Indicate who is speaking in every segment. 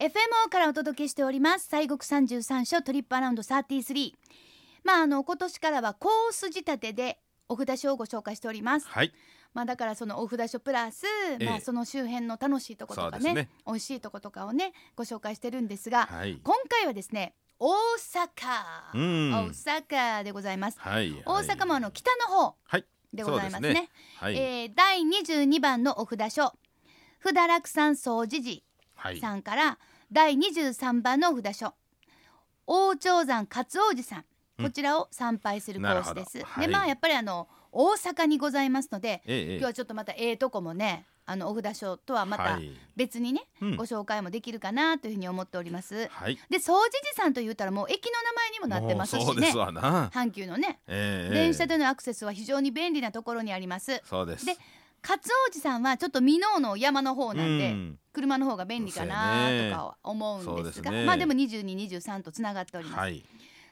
Speaker 1: FMO からお届けしております西国三十三所トリップアラウンド33まああの今年からはコース仕立てでお札所をご紹介しております
Speaker 2: はい
Speaker 1: まあだからそのお札所プラス、
Speaker 2: え
Speaker 1: まあその周辺の楽しいとこと
Speaker 2: そ
Speaker 1: か
Speaker 2: うで
Speaker 1: ね
Speaker 2: すね
Speaker 1: 美味しいとことかをねご紹介してるんですが、
Speaker 2: はい
Speaker 1: 今回はですね大
Speaker 2: う
Speaker 1: 阪、
Speaker 2: ん
Speaker 1: 大阪でございます、
Speaker 2: はいはい
Speaker 1: 大阪もあの北の方
Speaker 2: はい
Speaker 1: でございます
Speaker 2: そう
Speaker 1: ね
Speaker 2: ですねはい、
Speaker 1: えー第22番のお札所不堕落山総持寺
Speaker 2: はい
Speaker 1: さんから第23番のお札所王長山勝王寺さん
Speaker 2: うん
Speaker 1: こちらを参拝するコ
Speaker 2: なる
Speaker 1: ー
Speaker 2: ほ
Speaker 1: ス
Speaker 2: ど
Speaker 1: です。
Speaker 2: はい
Speaker 1: でまあやっぱりあの大阪にございますので、
Speaker 2: ええええ
Speaker 1: 今日はちょっとまたええとこもねあのお札所とはまた
Speaker 2: はい
Speaker 1: 別にね、
Speaker 2: うん
Speaker 1: ご紹介もできるかなというふうに思っております。
Speaker 2: はい
Speaker 1: で総持寺さんと言ったらもう駅の名前にもなってます
Speaker 2: もう
Speaker 1: し
Speaker 2: そうで
Speaker 1: ね
Speaker 2: すわな、
Speaker 1: 阪急のね、
Speaker 2: ええええ
Speaker 1: 電車でのアクセスは非常に便利なところにあります。
Speaker 2: そうです
Speaker 1: で勝王寺さんはちょっと箕面の山の方なんで、
Speaker 2: うん
Speaker 1: 車の方が便利かなとかは思うんです
Speaker 2: そう
Speaker 1: が
Speaker 2: ですね
Speaker 1: まあでも2223とつながっております、
Speaker 2: はい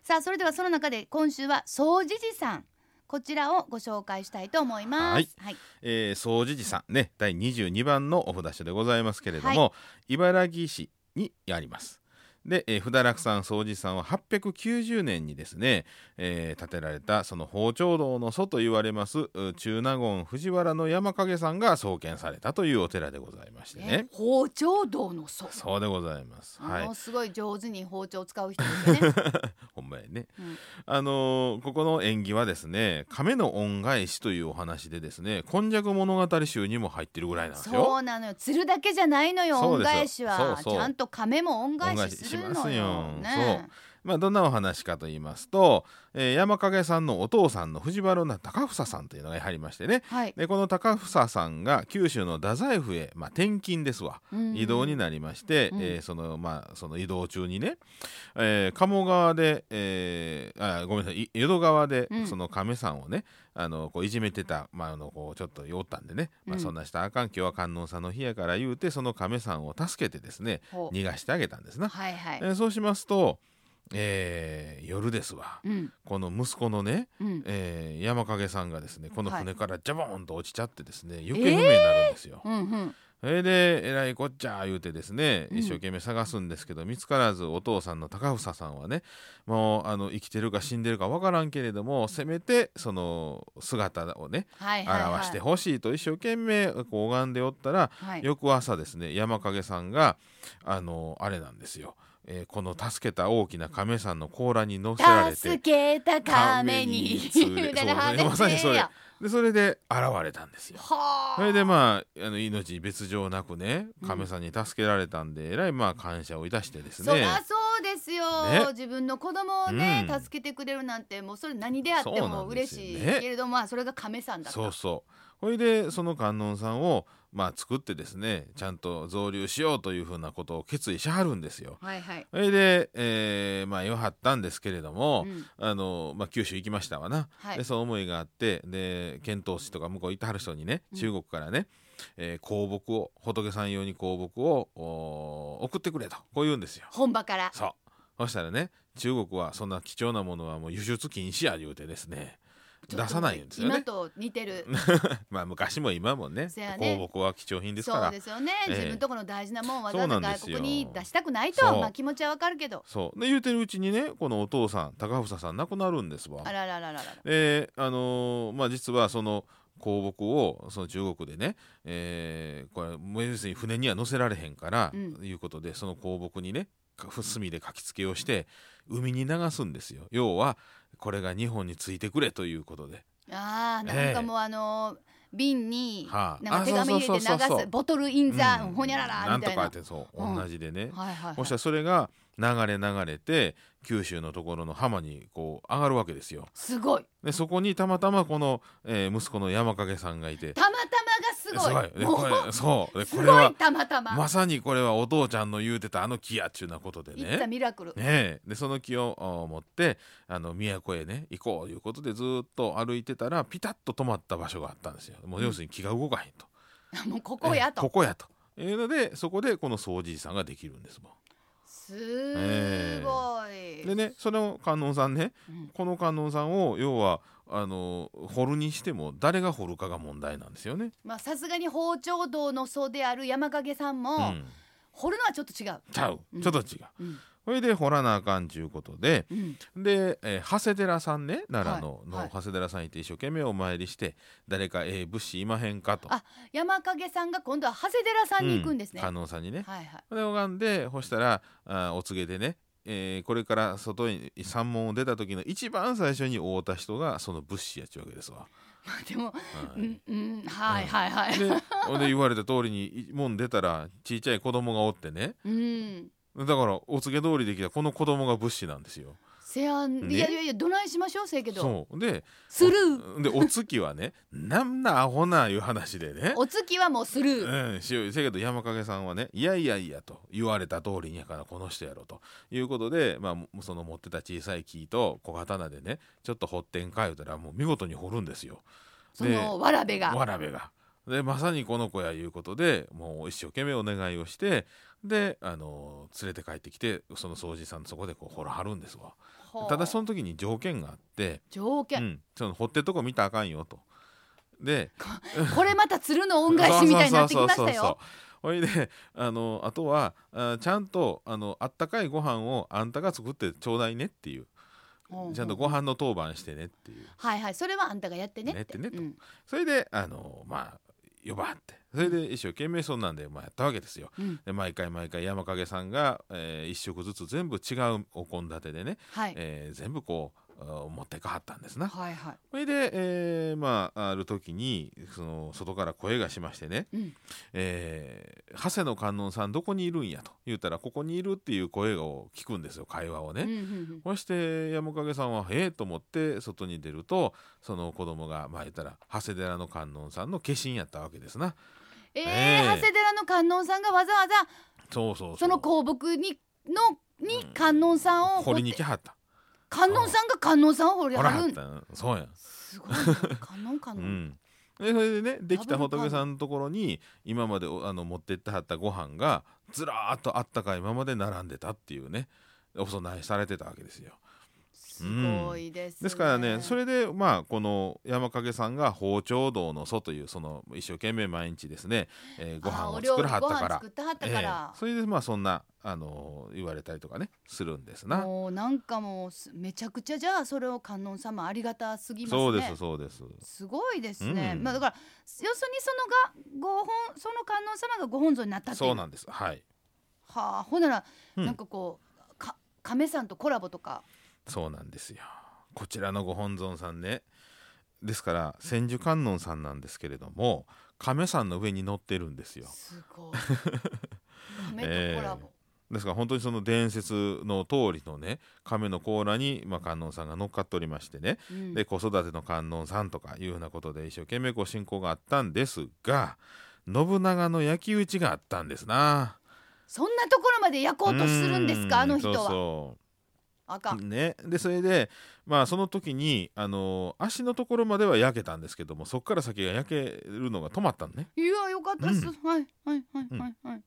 Speaker 1: さあそれではその中で今週は総持寺さんこちらをご紹介したいと思いますはい、
Speaker 2: えー、総持寺さんね第22番のお札所でございますけれども、茨城市にあります。で、えー、不堕落山総持寺さんは890年にですね、えー建てられたその包丁道の祖と言われますう中納言藤原の山影さんが創建されたというお寺でございましてね。
Speaker 1: ね包丁道の祖
Speaker 2: そうでございます。はい
Speaker 1: もの。すごい上手に包丁を使う人 ですよね
Speaker 2: ほんまやね。
Speaker 1: うん
Speaker 2: あのーここの縁起はですね、亀の恩返しというお話でですね、今昔物語集にも入ってるぐらいなんですよ。
Speaker 1: そうなのよ釣るだけじゃないのよ
Speaker 2: そう
Speaker 1: 恩
Speaker 2: ですよ
Speaker 1: 返しは
Speaker 2: そうそう
Speaker 1: ちゃんと亀も恩返しするのよ
Speaker 2: 恩返ししますよ
Speaker 1: ね
Speaker 2: まあ、どんなお話かと言いますと、えー山影さんのお父さんの藤原の高房さんというのがやはりましてね
Speaker 1: はい、
Speaker 2: でこの高房さんが九州の太宰府へ、まあ、転勤ですわ
Speaker 1: うん
Speaker 2: 移動になりまして、
Speaker 1: うん
Speaker 2: えーそのまあ、その移動中にね、えー鴨川で、えーあごめんなさいい淀川で
Speaker 1: うん
Speaker 2: その亀さんをねあのこういじめてた、まあ、あのこうちょっと酔ったんでね、ま
Speaker 1: う
Speaker 2: あ、
Speaker 1: ん
Speaker 2: そんなしたらあかん今日は観音さんの日やから言うてその亀さんを助けてですね
Speaker 1: ほう
Speaker 2: 逃がしてあげたんですな。
Speaker 1: はいはい、
Speaker 2: えーそうしますと、えー夜ですわ
Speaker 1: うん
Speaker 2: この息子のね、
Speaker 1: うん
Speaker 2: えー山影さんがですねこの
Speaker 1: はい
Speaker 2: 船からジャボーンと落ちちゃってですね行方不明になるんですよ。
Speaker 1: うんうん
Speaker 2: それでえらいこっちゃ言うてですね
Speaker 1: うん
Speaker 2: 一生懸命探すんですけど、見つからずお父さんの高房さんはねもうあの生きてるか死んでるかわからんけれどもせめてその姿をね
Speaker 1: はいはい、はい、
Speaker 2: 表してほしいと一生懸命こう拝んでおったら
Speaker 1: はい、
Speaker 2: 翌朝ですね山影さんがあのあれなんですよ、えーこの助けた大きな亀さんの甲羅に乗せられ
Speaker 1: 助け
Speaker 2: て
Speaker 1: た亀に
Speaker 2: 亀に連れ
Speaker 1: だから
Speaker 2: そうねまさにそれ
Speaker 1: は
Speaker 2: でそれで現れたんですよ。
Speaker 1: あ
Speaker 2: それでまああの命に別状なくね亀さんに助けられたんで、えらいまあ感謝をいたしてです
Speaker 1: そり
Speaker 2: ね。
Speaker 1: ゃそうですよ、
Speaker 2: ね
Speaker 1: 自分の子供をね、
Speaker 2: うん
Speaker 1: 助けてくれるなんてもうそれ何であって
Speaker 2: そ
Speaker 1: も
Speaker 2: うなん
Speaker 1: 嬉
Speaker 2: ですよ
Speaker 1: し
Speaker 2: ね
Speaker 1: いけれども、まあそれが亀さんだった
Speaker 2: そうそうほいでその観音さんをまあ作ってですねちゃんと造立しようというふうなことを決意しはるんですよ。
Speaker 1: はいはい、
Speaker 2: それで、えーまあ言わはったんですけれども、
Speaker 1: うん
Speaker 2: あのまあ、九州行きましたわな、
Speaker 1: はい
Speaker 2: でその思いがあってで遣唐使とか向こう行ってはる人にね中国からね、えー香木を仏さん用に香木をおー送ってくれとこう言うんですよ。
Speaker 1: 本場から
Speaker 2: そうそしたらね中国はそんな貴重なものはもう輸出禁止や言うてですね
Speaker 1: ちょっと
Speaker 2: 出さないんですよね
Speaker 1: 今と似てる
Speaker 2: まあ昔も今もね
Speaker 1: そやね
Speaker 2: 香木は貴重品 ですか
Speaker 1: そう
Speaker 2: ら
Speaker 1: ですよね、
Speaker 2: ええ
Speaker 1: 自分とこの大事なもんわざ
Speaker 2: そ
Speaker 1: わ
Speaker 2: うな
Speaker 1: ざ
Speaker 2: んで
Speaker 1: 外
Speaker 2: すよ
Speaker 1: 国に出したくないと
Speaker 2: そう
Speaker 1: まあ気持ちはわかるけど
Speaker 2: そうで言うてるうちにねこのお父さん高房さん亡くなるんですわ
Speaker 1: あ。らららららら
Speaker 2: であのーまあ実はその香木をその中国でね、えーこれもう要するに船には乗せられへんから、
Speaker 1: うん
Speaker 2: いうことでその香木にねか炭で書き付けをして海に流すんですよ要はこれが日本についてくれということで
Speaker 1: あーなんかもうあの瓶に
Speaker 2: はあ
Speaker 1: なんか手紙入れて流
Speaker 2: あそうそうそうそうそ
Speaker 1: す
Speaker 2: う
Speaker 1: ボトルインザ
Speaker 2: うん
Speaker 1: ほにゃららみ
Speaker 2: なん
Speaker 1: た
Speaker 2: と
Speaker 1: い
Speaker 2: か
Speaker 1: な
Speaker 2: ってそう、
Speaker 1: うん
Speaker 2: 同じでね、
Speaker 1: はいはい
Speaker 2: そ
Speaker 1: は
Speaker 2: したら
Speaker 1: い
Speaker 2: それが流れ流れて九州のところの浜にこう上がるわけですよ
Speaker 1: すごい
Speaker 2: でそこにたまたまこの、えー息子の山影さんがいて
Speaker 1: たまたまがすごい
Speaker 2: で
Speaker 1: もう
Speaker 2: これそうですこれ
Speaker 1: ご
Speaker 2: はい
Speaker 1: たまたま、
Speaker 2: まさにこれはお父ちゃんの言うてたあの木やっちゅうなことで
Speaker 1: いった
Speaker 2: ね。
Speaker 1: ミラクル、
Speaker 2: ねえでその木をあ持ってあの都へね行こうということでずっと歩いてたらピタッと止まった場所があったんですよ。もう要するに気が動かへんと。
Speaker 1: もうここや
Speaker 2: ええことこやと。いうのでそこでこの掃除さんができるんですも
Speaker 1: すーごい、
Speaker 2: ん。でねその観音さんね
Speaker 1: うん
Speaker 2: この観音さんを要はあの掘るにしても誰が掘るかが問題なんですよね。
Speaker 1: まあさすがに包丁道の祖である山影さんも、
Speaker 2: うん、
Speaker 1: 掘るのはちょっと違う。
Speaker 2: ちゃう
Speaker 1: うん
Speaker 2: ちょっと違う、
Speaker 1: うん
Speaker 2: それで掘らなあかんちゅうことで
Speaker 1: うん
Speaker 2: で、えー長谷寺さんね奈良の,、
Speaker 1: はいはい
Speaker 2: の長谷寺さんいて一生懸命お参りして誰かええ物資いまへんかと
Speaker 1: あ山影さんが今度は長谷寺さんに行くんですね。
Speaker 2: う観音さんにね、
Speaker 1: はいはい。
Speaker 2: で拝んで干したらあお告げでね、えーこれから外に山門を出た時の一番最初に会うた人がその物資やっちゅうわけですわ。
Speaker 1: ま あでも、
Speaker 2: は
Speaker 1: う
Speaker 2: い
Speaker 1: んうんはいはいはい。
Speaker 2: でほんで言われた通りにい門出たらちいちゃい子供がおってね
Speaker 1: うん。
Speaker 2: だからお告げ通りできたこの子供が物資なんですよ。
Speaker 1: せやん、
Speaker 2: ね
Speaker 1: いやいやいやどないしましょうせやけど。
Speaker 2: そうで
Speaker 1: スルー。
Speaker 2: でお月はねなんなアホないう話でね。
Speaker 1: お月はもうスルー。
Speaker 2: うん、しようせやけど山影さんはね「いやいやいや」と言われた通りにやからこの人やろということで、まあも、その持ってた小さい木と小刀でねちょっと掘ってんか言うたらもう見事に掘るんですよ。
Speaker 1: そのわらべ
Speaker 2: わ
Speaker 1: が。
Speaker 2: らべが。でまさにこの子やいうことでもう一生懸命お願いをしてで、あの連れて帰ってきてその掃除さんのそこでこう掘らはるんですわ。
Speaker 1: ほう
Speaker 2: ただその時に条件があって、
Speaker 1: 条
Speaker 2: う
Speaker 1: 件、
Speaker 2: ん、その掘ってるとこ見たらあかんよと。で
Speaker 1: これまた鶴の恩返しみたいになってきましたよ。
Speaker 2: そうそうそうそうほいであのあとはあちゃんとあのあったかいご飯をあんたが作ってちょうだいねっていう
Speaker 1: ほうほう
Speaker 2: ちゃんとご飯の当番してねっていう
Speaker 1: はいはいそれはあんたがやってねって
Speaker 2: ねってねと
Speaker 1: うん
Speaker 2: それであのまあ呼ばはってそれで一生懸命そんなんで、まあ、やったわけですよ。
Speaker 1: うん
Speaker 2: で毎回毎回山影さんが、え1食ずつ全部違うお献立でね、
Speaker 1: はい、
Speaker 2: えー全部こうあ持ってかはったんですな。
Speaker 1: はいは
Speaker 2: それで、えーまあある時にその外から声がしましてね、
Speaker 1: い、うん、
Speaker 2: えー長谷の観音さんどこにいるんやと言うたらここにいるっていう声を聞くんですよ会話をね。
Speaker 1: うんうん
Speaker 2: そして山影さんは「ええと思って外に出るとその子供がまあ言ったら長谷寺の観音さんの化身やったわけですな。
Speaker 1: えー
Speaker 2: ええ
Speaker 1: 長谷寺の観音さんがわざわざ
Speaker 2: そうそうそう
Speaker 1: その香木にのに観音さんを
Speaker 2: 掘りに
Speaker 1: こう
Speaker 2: 来はった。
Speaker 1: 観音さんが観音さんを掘り
Speaker 2: ほら
Speaker 1: は
Speaker 2: は
Speaker 1: る
Speaker 2: っ
Speaker 1: ん
Speaker 2: たんそうやん。
Speaker 1: すごい観音観
Speaker 2: う
Speaker 1: 音、
Speaker 2: んでそれでねできた
Speaker 1: ダブルパン
Speaker 2: 仏さんのところに今までおあの持ってってはったご飯がずらーっとあったかいままで並んでたっていうねお供えされてたわけですよ。
Speaker 1: すごいです、ね
Speaker 2: ですからねそれでまあこの山影さんが包丁道の祖というその一生懸命毎日ですね、えーご飯
Speaker 1: あーお
Speaker 2: を
Speaker 1: 料
Speaker 2: 作
Speaker 1: 理
Speaker 2: らはったか
Speaker 1: ご飯
Speaker 2: ら
Speaker 1: 作ってはったから
Speaker 2: ええ、それでまあそんな、あのー言われたりとかねするんですな。
Speaker 1: もうなんかもうすめちゃくちゃじゃあそれを観音様ありがたすぎますね
Speaker 2: そうですそうです。
Speaker 1: すごいですね、
Speaker 2: うん
Speaker 1: まあだから要するにそのがご本その観音様がご本尊になったっていう
Speaker 2: そうなんですはい
Speaker 1: はあほんなら、
Speaker 2: うん
Speaker 1: なんかこうか亀さんとコラボとか
Speaker 2: そうなんですよ。こちらのご本尊さんねですから千手観音さんなんですけれども亀さんの上に乗ってるんですよ。
Speaker 1: すごい亀とコラ ボ、
Speaker 2: ですから本当にその伝説の通りのね亀の甲羅に、まあ、観音さんが乗っかっておりましてね
Speaker 1: うん
Speaker 2: で子育ての観音さんとかいうようなことで一生懸命こう信仰があったんですが信長の焼き討ちがあったんですな。
Speaker 1: そんなところまで焼こうとするんですか
Speaker 2: う
Speaker 1: あの人は
Speaker 2: そうそう
Speaker 1: あかん
Speaker 2: ね、でそれで、まあ、その時に、あのー足のところまでは焼けたんですけどもそこから先が焼けるのが止まったのね。
Speaker 1: いやよかったです、
Speaker 2: うん
Speaker 1: はいはいは
Speaker 2: う
Speaker 1: い
Speaker 2: ん
Speaker 1: はいは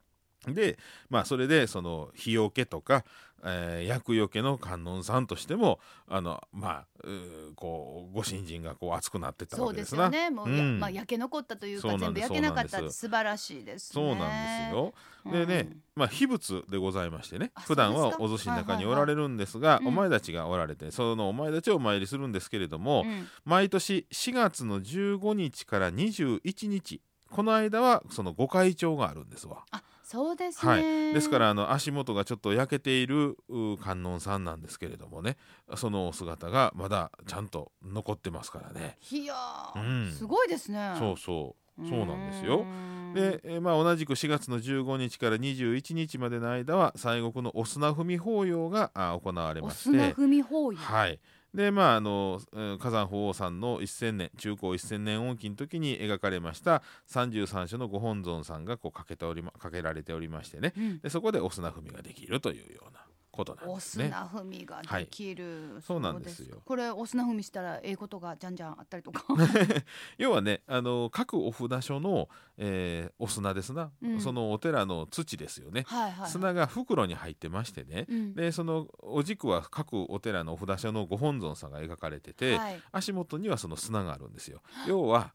Speaker 1: い、
Speaker 2: で、まあ、それでその日よけとか、えー厄よけの観音さんとしてもあの、まあ、うーこうご新人がこう熱くなってった
Speaker 1: そ
Speaker 2: わ
Speaker 1: う
Speaker 2: けで
Speaker 1: ですす
Speaker 2: な。
Speaker 1: よねもう、や
Speaker 2: うん
Speaker 1: まあ焼け残ったという
Speaker 2: そ
Speaker 1: か
Speaker 2: うな
Speaker 1: 全
Speaker 2: ん
Speaker 1: 部
Speaker 2: です
Speaker 1: 焼けなかったって
Speaker 2: そ
Speaker 1: 素晴らしいですね
Speaker 2: そうなんですよ。でね、まあ、秘仏でございましてね
Speaker 1: あ
Speaker 2: 普段
Speaker 1: そうです
Speaker 2: は
Speaker 1: か
Speaker 2: お寿司の中におられるんです
Speaker 1: い
Speaker 2: が、
Speaker 1: はいはいうん
Speaker 2: お前たちがおられてそのお前たちをお参りするんですけれども、
Speaker 1: うんうん
Speaker 2: 毎年4月の15日から21日この間はその御開帳があるんですわ。
Speaker 1: あそうですね、
Speaker 2: はい、ですからあの足元がちょっと焼けているう観音さんなんですけれどもねそのお姿がまだちゃんと残ってますからね。
Speaker 1: いや
Speaker 2: う
Speaker 1: ー、
Speaker 2: ん
Speaker 1: すごいですね。
Speaker 2: そうそうそうなんです
Speaker 1: う
Speaker 2: よ。
Speaker 1: ーん
Speaker 2: で、、えーまあ、同じく4月の15日から21日までの間は西国のお砂踏み法要があ行われ
Speaker 1: お
Speaker 2: まして
Speaker 1: 砂踏み法要。
Speaker 2: はい。でまああのうん火山法王さんの1,000年中高1,000年恩期の時に描かれました33所のご本尊さんがこうかけており、ま、かけられておりましてね
Speaker 1: うん
Speaker 2: でそこでお砂踏みができるというようなことなん
Speaker 1: お
Speaker 2: ですね。
Speaker 1: 砂踏みができる、
Speaker 2: そうなんですよ
Speaker 1: かこれお砂踏みしたらええことがじゃんじゃんあったりとか
Speaker 2: 要はねあの各お札所の、えーお砂ですな、
Speaker 1: うん
Speaker 2: そのお寺の土ですよね、
Speaker 1: はいはい、
Speaker 2: 砂が袋に入ってましてね、
Speaker 1: うん
Speaker 2: でそのお軸は各お寺のお札所のご本尊さんが描かれてて、
Speaker 1: はい、
Speaker 2: 足元にはその砂があるんですよ。要は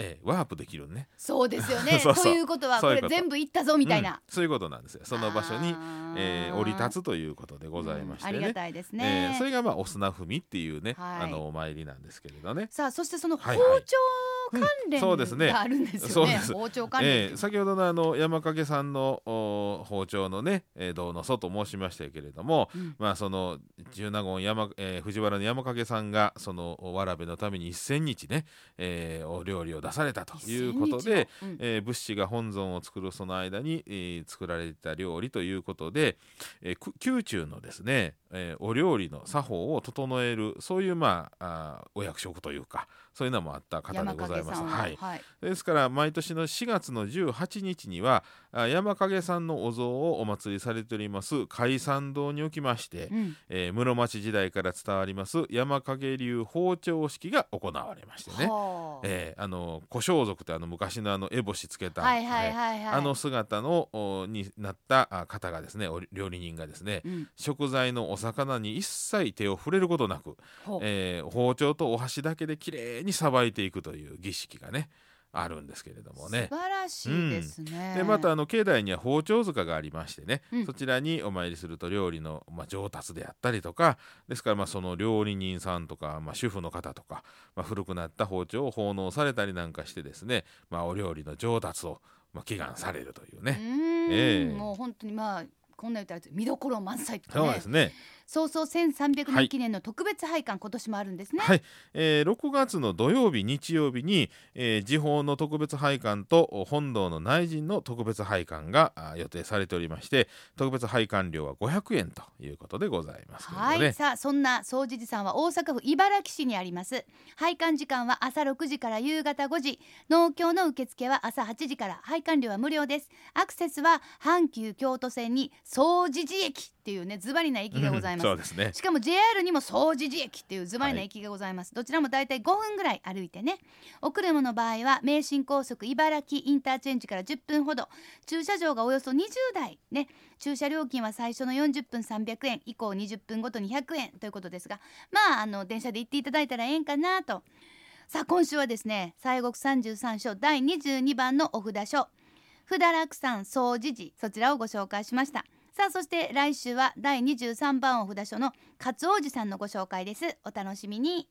Speaker 2: えーワープできるね
Speaker 1: そうですよね
Speaker 2: そうそう
Speaker 1: ということは
Speaker 2: そ
Speaker 1: こ
Speaker 2: ういう
Speaker 1: れ
Speaker 2: こと
Speaker 1: 全部行ったぞみたいな、
Speaker 2: うんそういうことなんですよその場所に、えー降り立つということでございまして
Speaker 1: うんあり
Speaker 2: ね
Speaker 1: が,、たいですね、
Speaker 2: えーそれがまあお砂踏みっていうね、
Speaker 1: はい
Speaker 2: あのお参りなんですけれどね
Speaker 1: さあそしてその包
Speaker 2: はい
Speaker 1: 丁
Speaker 2: はい
Speaker 1: 関
Speaker 2: うんそうです
Speaker 1: 連
Speaker 2: ね
Speaker 1: があるんです
Speaker 2: そ
Speaker 1: よ
Speaker 2: う
Speaker 1: ね,、
Speaker 2: です
Speaker 1: 包丁関連、
Speaker 2: えー先ほどのあの山掛さんのお包丁のね、えー、銅の祖と申しましたけれども、
Speaker 1: うん
Speaker 2: まあその十納言山、えー藤原の山掛さんがそのわらべのために1,000日ね、えーお料理を出されたということで、
Speaker 1: 千日の、うん
Speaker 2: えー物資が本尊を作るその間に、えー作られた料理ということで、えーく宮中のですね、えーお料理の作法を整えるそういう、まあ、あーお役職というかそういうのもあった方で
Speaker 1: 山
Speaker 2: ござい
Speaker 1: 掛
Speaker 2: ま
Speaker 1: さ
Speaker 2: す。
Speaker 1: んは、
Speaker 2: はい、ですから毎年の4月の18日にはあ山影さんのお像をお祭りされております海参堂におきまして、
Speaker 1: うん
Speaker 2: えー室町時代から伝わります山影流包丁式が行われましてね。
Speaker 1: はあ
Speaker 2: えーあの小装束ってあの昔のあの烏帽子つけた、
Speaker 1: はいはいはい
Speaker 2: え
Speaker 1: は
Speaker 2: ー
Speaker 1: い
Speaker 2: あの、姿のおになったあ方がですねお料理人がですね
Speaker 1: うん
Speaker 2: 食材のお魚に一切手を触れることなく、
Speaker 1: ほう
Speaker 2: えー包丁とお箸だけできれいにさばいていくという儀式がねあるんですけれどもね
Speaker 1: 素。晴らしいですね、
Speaker 2: でまたあの境内には包丁塚がありましてね、
Speaker 1: うん
Speaker 2: そちらにお参りすると料理の、まあ、上達であったりとかですからまあその料理人さんとか、まあ、主婦の方とか、まあ、古くなった包丁を奉納されたりなんかしてですね、まあ、お料理の上達を、まあ、祈願されるという
Speaker 1: う
Speaker 2: ね。
Speaker 1: ん、
Speaker 2: ええ
Speaker 1: もう本当にまあこんな歌うと見どころ満載って
Speaker 2: そうですね、
Speaker 1: そうそう1300
Speaker 2: は
Speaker 1: 年
Speaker 2: い
Speaker 1: 記念の特別拝観今年もあるんですね。
Speaker 2: はいえー6月の土曜日日曜日に、えー、時報の特別拝観と本堂の内陣の特別拝観があ予定されておりまして特別拝観料は500円ということでございますけれど
Speaker 1: は
Speaker 2: ね
Speaker 1: い、さあそんな総持寺さんは大阪府茨木市にあります拝観時間は朝6時から夕方5時農協の受付は朝8時から拝観料は無料ですアクセスは阪急京都線に総持寺駅っていうねズバリな駅がございます、
Speaker 2: うんそうですね
Speaker 1: しかも JR にも総持寺駅っていうズバリな駅がございます、どちらもだいたい5分ぐらい歩いてねお車の場合は名神高速茨城インターチェンジから10分ほど駐車場がおよそ20台ね駐車料金は最初の40分300円以降20分ごとに100円ということですがまああの電車で行っていただいたらええんかなとさあ今週はですね西国三十三章第22番のお札書札楽さん総持寺そちらをご紹介しましたさあそして来週は第23番お札書の勝王子さんのご紹介ですお楽しみに